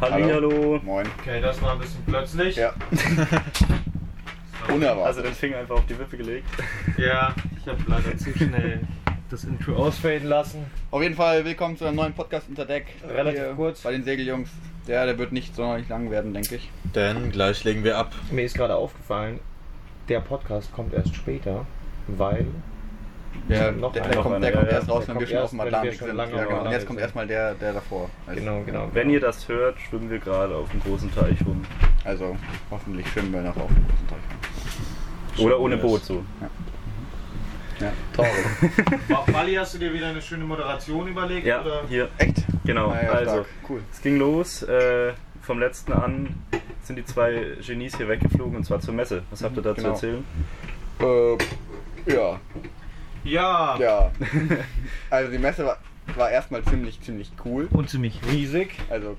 Hallihallo. Moin. Okay, das war ein bisschen plötzlich. Ja, So. unerwartet. Also den Finger einfach auf die Wippe gelegt. Ja, ich habe leider zu schnell das Intro ausfaden lassen. Auf jeden Fall willkommen zu einem neuen Podcast unter Deck. Relativ kurz. Bei den Segeljungs. Der, der wird nicht sonderlich lang werden, denke ich. Denn gleich legen wir ab. Mir ist gerade aufgefallen, der Podcast kommt erst später, weil Der, Noch der, einer, der noch kommt, der einer, kommt ja, erst ja. raus, Der wenn wir kommt schon erst, auf dem wenn wir Atlantik schon sind. lange Ja, auf dem genau. Und jetzt Atlantik kommt sind. erstmal der, der davor. Also, genau, genau. Wenn ihr das hört, schwimmen wir gerade auf dem großen Teich rum. also hoffentlich schwimmen wir noch auf dem großen Teich. Oder ohne Boot so. Ja. Wally, hast du dir wieder eine schöne Moderation überlegt? Ja, oder? hier, Echt? genau. Naja, Also, Ah stark. Cool. es ging los. Äh, vom letzten an sind die zwei Genies hier weggeflogen und zwar zur Messe. Was habt ihr da zu Genau. erzählen? Äh, ja, ja. ja. Also die Messe war, war erstmal ziemlich, ziemlich cool. Und ziemlich riesig Also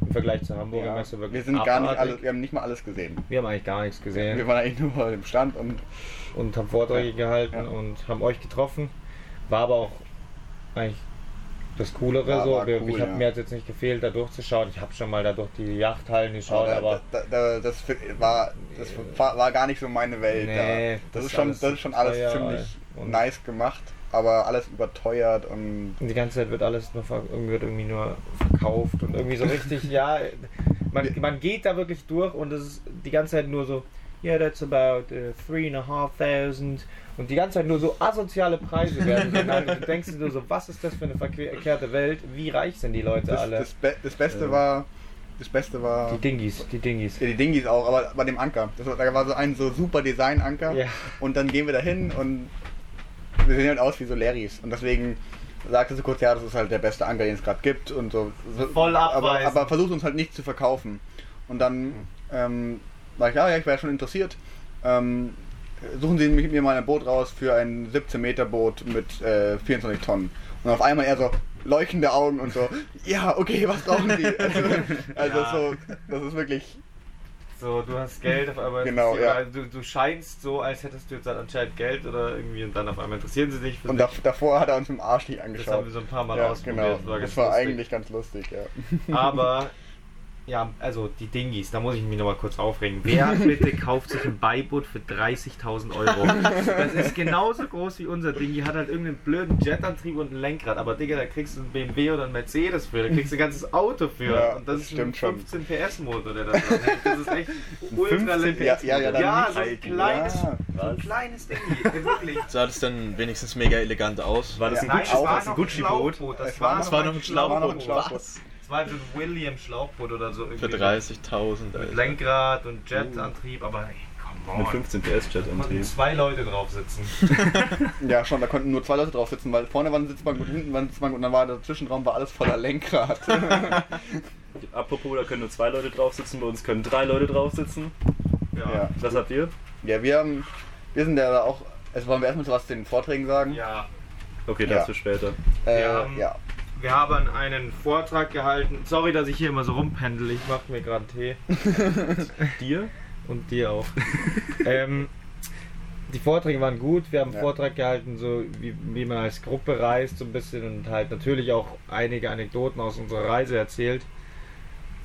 im Vergleich zur Hamburger ja, Messe wirklich. wir sind gar nicht abartig. alles, wir haben nicht mal alles gesehen. Wir haben eigentlich gar nichts gesehen. Wir waren eigentlich nur mal im Stand und und haben Vorträge Ja. gehalten Ja. und haben euch getroffen. War aber auch eigentlich das Coolere Ja, so. war Wir, cool, ich habe ja. mir hat's jetzt nicht gefehlt, da durchzuschauen. Ich habe schon mal da durch die Yachthallen geschaut, Aber aber da, da, das war das war, war gar nicht so meine Welt. Nee, da. das, das ist schon, alles das ist schon alles teuer ziemlich und- nice gemacht, aber alles überteuert und die ganze Zeit wird alles nur ver irgendwie- wird irgendwie nur verkauft und irgendwie so richtig, ja, man, man geht da wirklich durch und es ist die ganze Zeit nur so, yeah, that's about äh, three and a half thousand und die ganze Zeit nur so asoziale Preise werden genannt und du denkst dir nur so, was ist das für eine verkehrte Welt? Wie reich sind die Leute das, alle? das, Be das Beste Ja. war das Beste war die Dingis, die Dingis. ja, die Dingis auch, aber bei dem Anker. Das war, da war so ein so super Design-Anker Ja. und dann gehen wir da hin und wir sehen halt aus wie so Larrys und deswegen sagte sie kurz, ja, das ist halt der beste Anker, den es gerade gibt und so. so Voll aber, abweisend. aber versucht uns halt nicht zu verkaufen. Und dann ähm, war ich, ja, ja, ich wäre schon interessiert. Ähm, suchen Sie mich- mir mal ein Boot raus für ein 17 Meter Boot mit äh, 24 Tonnen. Und auf einmal er so leuchtende Augen und so, ja, okay, was brauchen Sie? Also, also Ja. so, das ist wirklich So, du hast Geld, auf einmal Genau, interessiert- ja. du, du scheinst so, als hättest du jetzt anscheinend Geld oder irgendwie und dann auf einmal interessieren sie dich für Und dich. da, davor hat er uns im Arsch nicht Das angeschaut. haben wir so ein paar Mal ja, genau. ausprobiert. ganz Das war lustig. eigentlich ganz lustig, ja. Aber, ja, also die Dingis, da muss ich mich nochmal kurz aufregen. Wer bitte kauft sich ein Beiboot für 30.000 Euro? Das ist genauso groß wie unser Ding. Die hat halt irgendeinen blöden Jetantrieb und ein Lenkrad. Aber Digga, da kriegst du einen BMW oder einen Mercedes für. Da kriegst du ein ganzes Auto für. Ja, und das das ist ein stimmt schon. 15 PS-Motor, der da dran hängt. Das ist echt ultra 15 lächerlich. Ja, ja, ja, dann ja nicht. so ein Alter. kleines, Ja. Was? kleines Ding. Wirklich. Sah das denn wenigstens mega elegant aus? War das Ja, ein nein, es war Gucci- ein Gucci-Boot? Schlauchboot. Es war- Das war noch ein Schlauchboot. Schlauchboot. Schlauchboot. Was? Das war so ein William-Schlauchboot oder so. Für irgendwie. 30.000. Mit Alter. Lenkrad und Oh. Jetantrieb, aber ey, come Mit on. 15 PS-Jet-Antrieb. Konnten zwei Leute drauf sitzen. Ja, schon, da konnten nur zwei Leute drauf sitzen, weil vorne waren Sitzbank und hinten waren Sitzbank und dann war der Zwischenraum war alles voller Lenkrad. Apropos, da können nur zwei Leute drauf sitzen, bei uns können drei Leute drauf sitzen. ja. Ja. Was habt ihr? ja, wir haben, wir sind ja da auch, also wollen wir erstmal so was zu den Vorträgen sagen? ja. Okay, Ja. dazu später. Äh, Wir haben- ja. Wir haben einen Vortrag gehalten. Sorry, dass ich hier immer so rumpendel. Ich mache mir gerade einen Tee. Dir? Und dir auch. ähm, die Vorträge waren gut. Wir haben einen Ja. Vortrag gehalten, so wie, wie man als Gruppe reist, so ein bisschen und halt natürlich auch einige Anekdoten aus unserer Reise erzählt.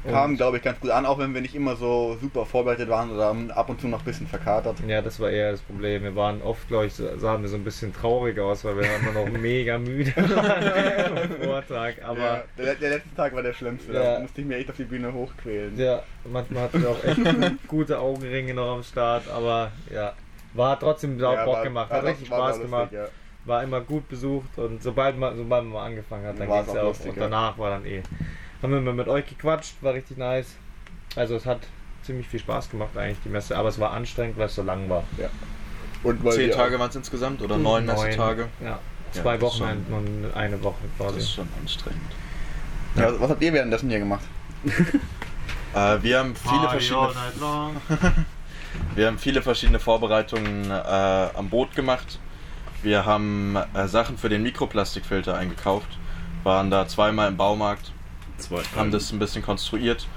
Und- Kamen, glaube ich, ganz gut an, auch wenn wir nicht immer so super vorbereitet waren oder haben ab und zu noch ein bisschen verkatert. Ja, das war eher das Problem. Wir waren oft, glaube ich, so- sahen wir so ein bisschen traurig aus, weil wir immer noch mega müde waren vom Vortrag. ja, Aber der, der letzte Tag war der schlimmste, Ja. da musste ich mir echt auf die Bühne hochquälen. ja. manchmal hatten wir auch echt gute Augenringe noch am Start, aber ja. War trotzdem sau Bock war- gemacht, war- hat richtig war- war Spaß lustig, gemacht, ja. war immer gut besucht und sobald man, sobald man mal angefangen hat, dann War's ging's auch auch. lustig, und ja. danach war dann eh. Haben wir mal mit euch gequatscht, war richtig nice. Also es hat ziemlich viel Spaß gemacht eigentlich die Messe, aber es war anstrengend, weil es so lang war. Und weil Zehn wir Tage waren es insgesamt oder neun Messetage? Ja, Ja, zwei das Wochen schon. und eine Woche Das ist quasi. schon anstrengend. auch, ja, was habt ihr währenddessen hier gemacht? Äh, wir, haben Ah, viele verschiedene, wir haben viele verschiedene Vorbereitungen äh, am Boot gemacht. Wir haben äh, Sachen für den Mikroplastikfilter eingekauft. Waren da zweimal im Baumarkt, Zwei. haben das ein bisschen konstruiert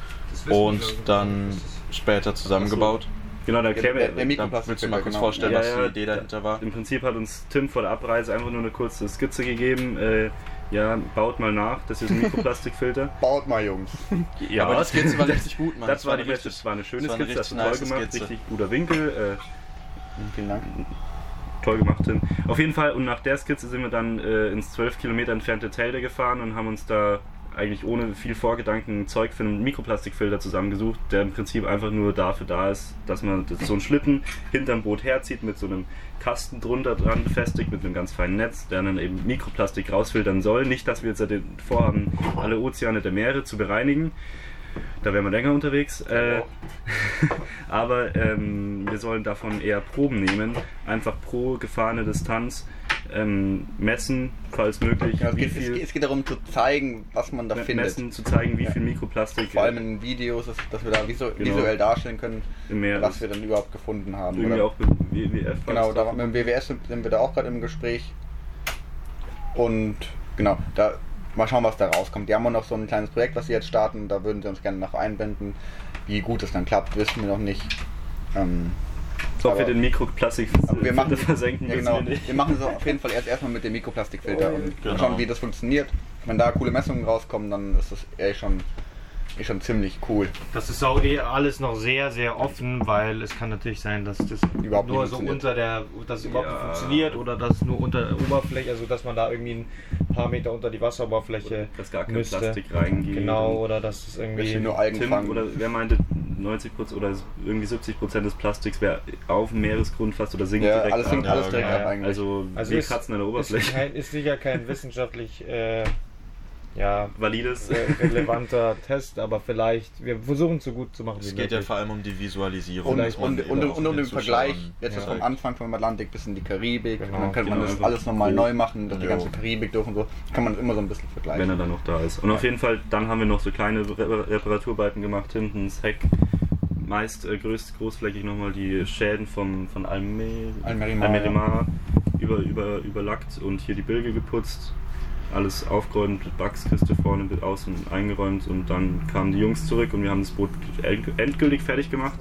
und dann später zusammengebaut. Genau, da käme der, der Dann willst du Mikroplastikfilter, mal kurz genau. vorstellen, Ja, was ja, die Idee dahinter war? Im Prinzip hat uns Tim vor der Abreise einfach nur eine kurze Skizze gegeben, äh, ja, baut mal nach, das ist ein Mikroplastikfilter. Baut mal, Jungs. Ja, Aber die Skizze war richtig gut, Mann. das, war die beste. Das war eine schöne das war eine Skizze, das richtig hast du toll nice gemacht, Skizze. richtig guter Winkel, äh, Vielen Dank. toll gemacht, Tim. Auf jeden Fall, und nach der Skizze sind wir dann äh, ins 12 Kilometer entfernte Telde gefahren und haben uns da eigentlich ohne viel Vorgedanken Zeug für einen Mikroplastikfilter zusammengesucht, der im Prinzip einfach nur dafür da ist, dass man das- so einen Schlitten hinterm Boot herzieht mit so einem Kasten drunter dran befestigt mit einem ganz feinen Netz, der dann eben Mikroplastik rausfiltern soll. Nicht, dass wir jetzt den vorhaben, alle Ozeane der Meere zu bereinigen. Da wären wir länger unterwegs. Äh, aber ähm, wir sollen davon eher Proben nehmen. Einfach pro gefahrene Distanz ähm, messen, falls möglich, Ja, es, wie geht, es, geht, viel es geht darum zu zeigen, was man da me- findet. messen, zu zeigen, wie Ja. viel Mikroplastik äh, Vor allem in Videos, dass, dass wir da visu Genau. visuell darstellen können, im Meer was ist. wir dann überhaupt gefunden haben. Irgendwie oder? auch mit WWF. Genau, da, mit dem WWS sind wir da auch gerade im Gespräch. Und genau, da mal schauen, was da rauskommt. Die haben auch noch so ein kleines Projekt, was sie jetzt starten. Da würden sie uns gerne noch einbinden. Wie gut es dann klappt, wissen wir noch nicht. Ähm, Ob wir aber- den Mikroplastik aber wir machen versenken, ja, wissen genau. wir nicht. Oh, Wir machen es auf jeden Fall erst erstmal mit dem Mikroplastikfilter und Genau. schauen, wie das funktioniert. Wenn da coole Messungen rauskommen, dann ist das eh schon, eh schon ziemlich cool. Das ist auch eh alles noch sehr, sehr offen, weil es kann natürlich sein, dass das Überhaupt nur nicht so funktioniert. unter der, dass es überhaupt nicht Ja. funktioniert oder dass nur unter der Oberfläche, also dass man da irgendwie ein paar Meter unter die Wasseroberfläche Dass gar kein äh, müsste. Plastik reingeht. Genau, Und oder dass Willst es irgendwie. du nur Algen Tim, fangen? oder wer meinte, 90% oder irgendwie 70% des Plastiks wäre auf dem Meeresgrund fast oder sinkt ja, direkt alles ab. hängt Ja, alles direkt genau. ab eigentlich. Also, Also wir ist- halt kratzen an der Ist, Oberfläche. kein, ist sicher kein wissenschaftlich äh, ja, Valides. re- relevanter Test, aber vielleicht, wir versuchen es so gut zu machen Es geht ja vor allem um die Visualisierung. Und, dass man und, eben und, auch und um den Zuschauern Vergleich, jetzt Ja. vom Anfang vom Atlantik bis in die Karibik, Genau, und dann könnte man genau. das alles nochmal neu machen, durch die Jo. ganze Karibik durch und so, kann man das immer so ein bisschen vergleichen. wenn er dann noch da ist. Und auf jeden Fall, dann haben wir noch so kleine Re- Reparaturarbeiten gemacht, hinten das Heck. Meist äh, größt, großflächig nochmal die Schäden vom, von Alme Almerimar, Almerimar über, über, überlackt und hier die Bilge geputzt. Alles aufgeräumt, mit Wachskiste vorne mit aus und eingeräumt und dann kamen die Jungs zurück und wir haben das Boot end- endgültig fertig gemacht.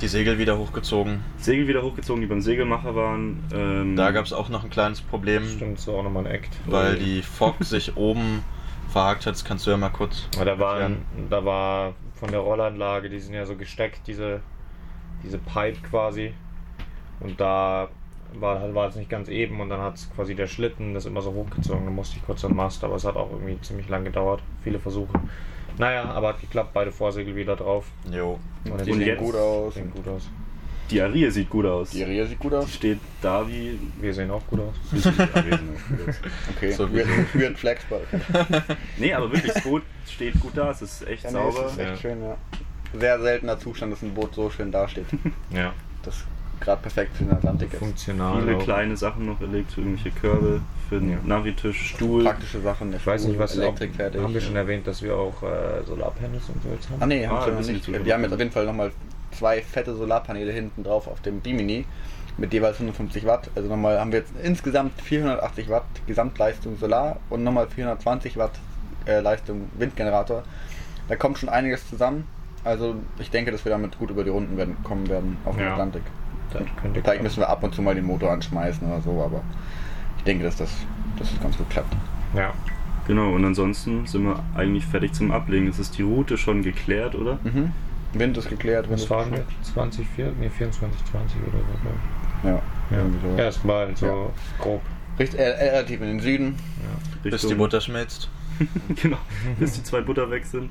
Die Segel wieder hochgezogen. Segel wieder hochgezogen, die beim Segelmacher waren. Ähm, Da gab es auch noch ein kleines Problem, Stimmt, so auch nochmal ein Act. weil die Fock sich oben verhakt hat. Das kannst du ja mal kurz. Ja, da, waren, erklären. da war von der Rollanlage, die sind ja so gesteckt, diese, diese Pipe quasi. Und da war, war es nicht ganz eben und dann hat es quasi der Schlitten das immer so hochgezogen. Da musste ich kurz am Mast, aber es hat auch irgendwie ziemlich lang gedauert. Viele Versuche. Naja, aber hat geklappt, beide Vorsegel wieder drauf. Jo. Die Und sehen jetzt- gut aus, Sehen gut aus. die Arie sieht gut aus. die Rehe sieht gut Die aus. steht da wie. Wir sehen auch gut aus. genau. Okay, So weird, weird Flex. aber- Nee, aber wirklich, das Boot steht gut da, es ist echt Ja, nee, es sauber. ist echt Ja. schön, ja. Sehr seltener Zustand, dass ein Boot so schön dasteht. Ja. Das gerade perfekt für den Atlantik ist. Ah, Funktional. Viele auch. kleine Sachen noch erlegt, für irgendwelche Körbe, für den Ja. Navi-Tisch, Stuhl. Praktische Sachen, der Ich weiß nicht, Stuhl, was Elektrik ob- fertig. Haben wir schon ja. erwähnt, dass wir auch äh, Solarpanels und so jetzt haben? Ah nee, haben Ah, wir schon das noch ist nicht. nicht so Wir haben jetzt auf jeden Fall nochmal zwei fette Solarpaneele hinten drauf auf dem Bimini mit jeweils 150 Watt. Also nochmal haben wir jetzt insgesamt 480 Watt Gesamtleistung Solar und nochmal 420 Watt äh, Leistung Windgenerator. Da kommt schon einiges zusammen. Also ich denke, dass wir damit gut über die Runden werden, kommen werden auf dem Ja. Atlantik. Das könnte Vielleicht müssen wir ab und zu mal den Motor anschmeißen oder so, aber ich denke, dass das, dass das ganz gut klappt. Ja. Genau, und ansonsten sind wir eigentlich fertig zum Ablegen. Es ist die Route schon geklärt, oder? Mhm. Wind ist geklärt, Wind Was ist waren wir? geklärt. 20, 4, nee, 24, 20 oder so, glaube ich. Ja, irgendwie so. Ja. Erstmal so Ja. grob. Richt- äh, äh, relativ in den Süden. Bis Richtung- die Butter schmilzt. genau, bis die zwei Butter weg sind.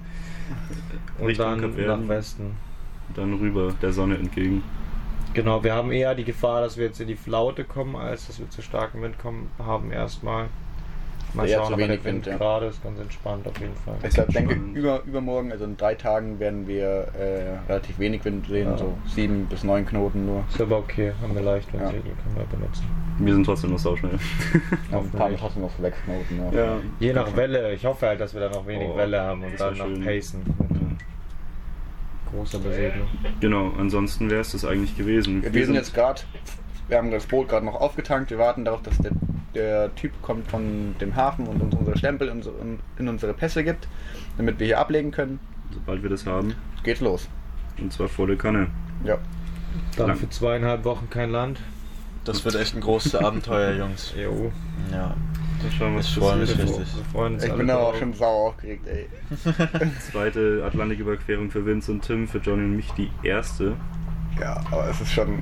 Und Richtung dann Kap Verden. nach Westen. Dann rüber der Sonne entgegen. Genau, wir haben eher die Gefahr, dass wir jetzt in die Flaute kommen, als dass wir zu starken Wind kommen haben erstmal. Mal Eher schauen, zu aber wenig der Wind Wind, ja. gerade ist ganz entspannt auf jeden Fall. Ich glaub, denke, Spannend. über, übermorgen, also in drei Tagen, werden wir äh, relativ wenig Wind sehen, Ja. so sieben bis neun Knoten nur. Ist aber okay, haben wir leicht, wenn Ja. Segel können wir benutzen. Wir sind trotzdem noch sauschnell. Auf ein paar Mal trotzdem noch sechs Knoten. Ja. Je nach Welle, ich hoffe halt, dass wir da noch wenig Oh, Welle haben und das wär dann noch schön. pacen. Großer Besegnung. Genau, ansonsten wäre es das eigentlich gewesen. Wir, sind jetzt gerade, wir haben das Boot gerade noch aufgetankt, wir warten darauf, dass der, der Typ kommt von dem Hafen und uns unsere Stempel in, so- in, in unsere Pässe gibt, damit wir hier ablegen können. Sobald wir das haben, Geht's los. und zwar volle Kanne. Ja. Dann Lang. für zweieinhalb Wochen kein Land. Das wird echt ein großes Abenteuer, Jungs. EU. Ja. Mal schauen, was Ich freue mich passiert. richtig. Wir freuen uns Ich alle bin aber drauf. auch schon sauer aufgeregt, ey. Zweite Atlantiküberquerung für Vince und Tim, für Johnny und mich die erste. Ja, aber es ist schon.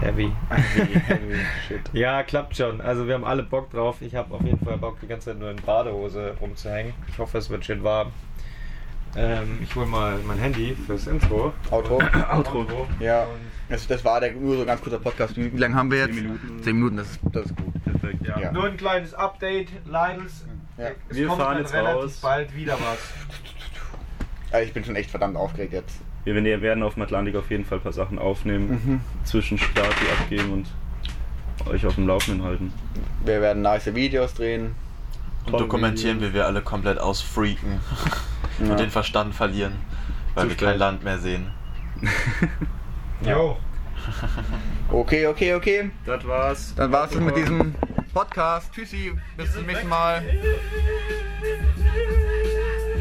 heavy. Heavy Shit. Ja, klappt schon. Also wir haben alle Bock drauf. Ich habe auf jeden Fall Bock, die ganze Zeit nur in Badehose rumzuhängen. Ich hoffe, es wird schön warm. Ähm, ich hole mal mein Handy fürs Intro. Outro. Outro. Ja. Und Das, das war der, nur so ein ganz kurzer Podcast. Wie wie lange haben wir jetzt? Zehn Minuten. Zehn Minuten, das, ist- das ist gut. Perfekt. ja. Ja. Nur ein kleines Update, Lidls. Ja. Es Wir kommt fahren dann jetzt relativ raus. bald wieder was. Aber ich bin schon echt verdammt aufgeregt jetzt. Wir werden- werden auf dem Atlantik auf jeden Fall ein paar Sachen aufnehmen, Mhm. zwischen Start, die abgeben und euch auf dem Laufenden halten. Wir werden nice Videos drehen. Und dokumentieren, wie wir alle komplett ausfreaken Ja. und den Verstand verlieren, weil wir Zu spät. kein Land mehr sehen. Jo. Okay, okay, okay. Das war's. Dann war's das mit diesem Podcast. Tschüssi, bis zum nächsten Mal.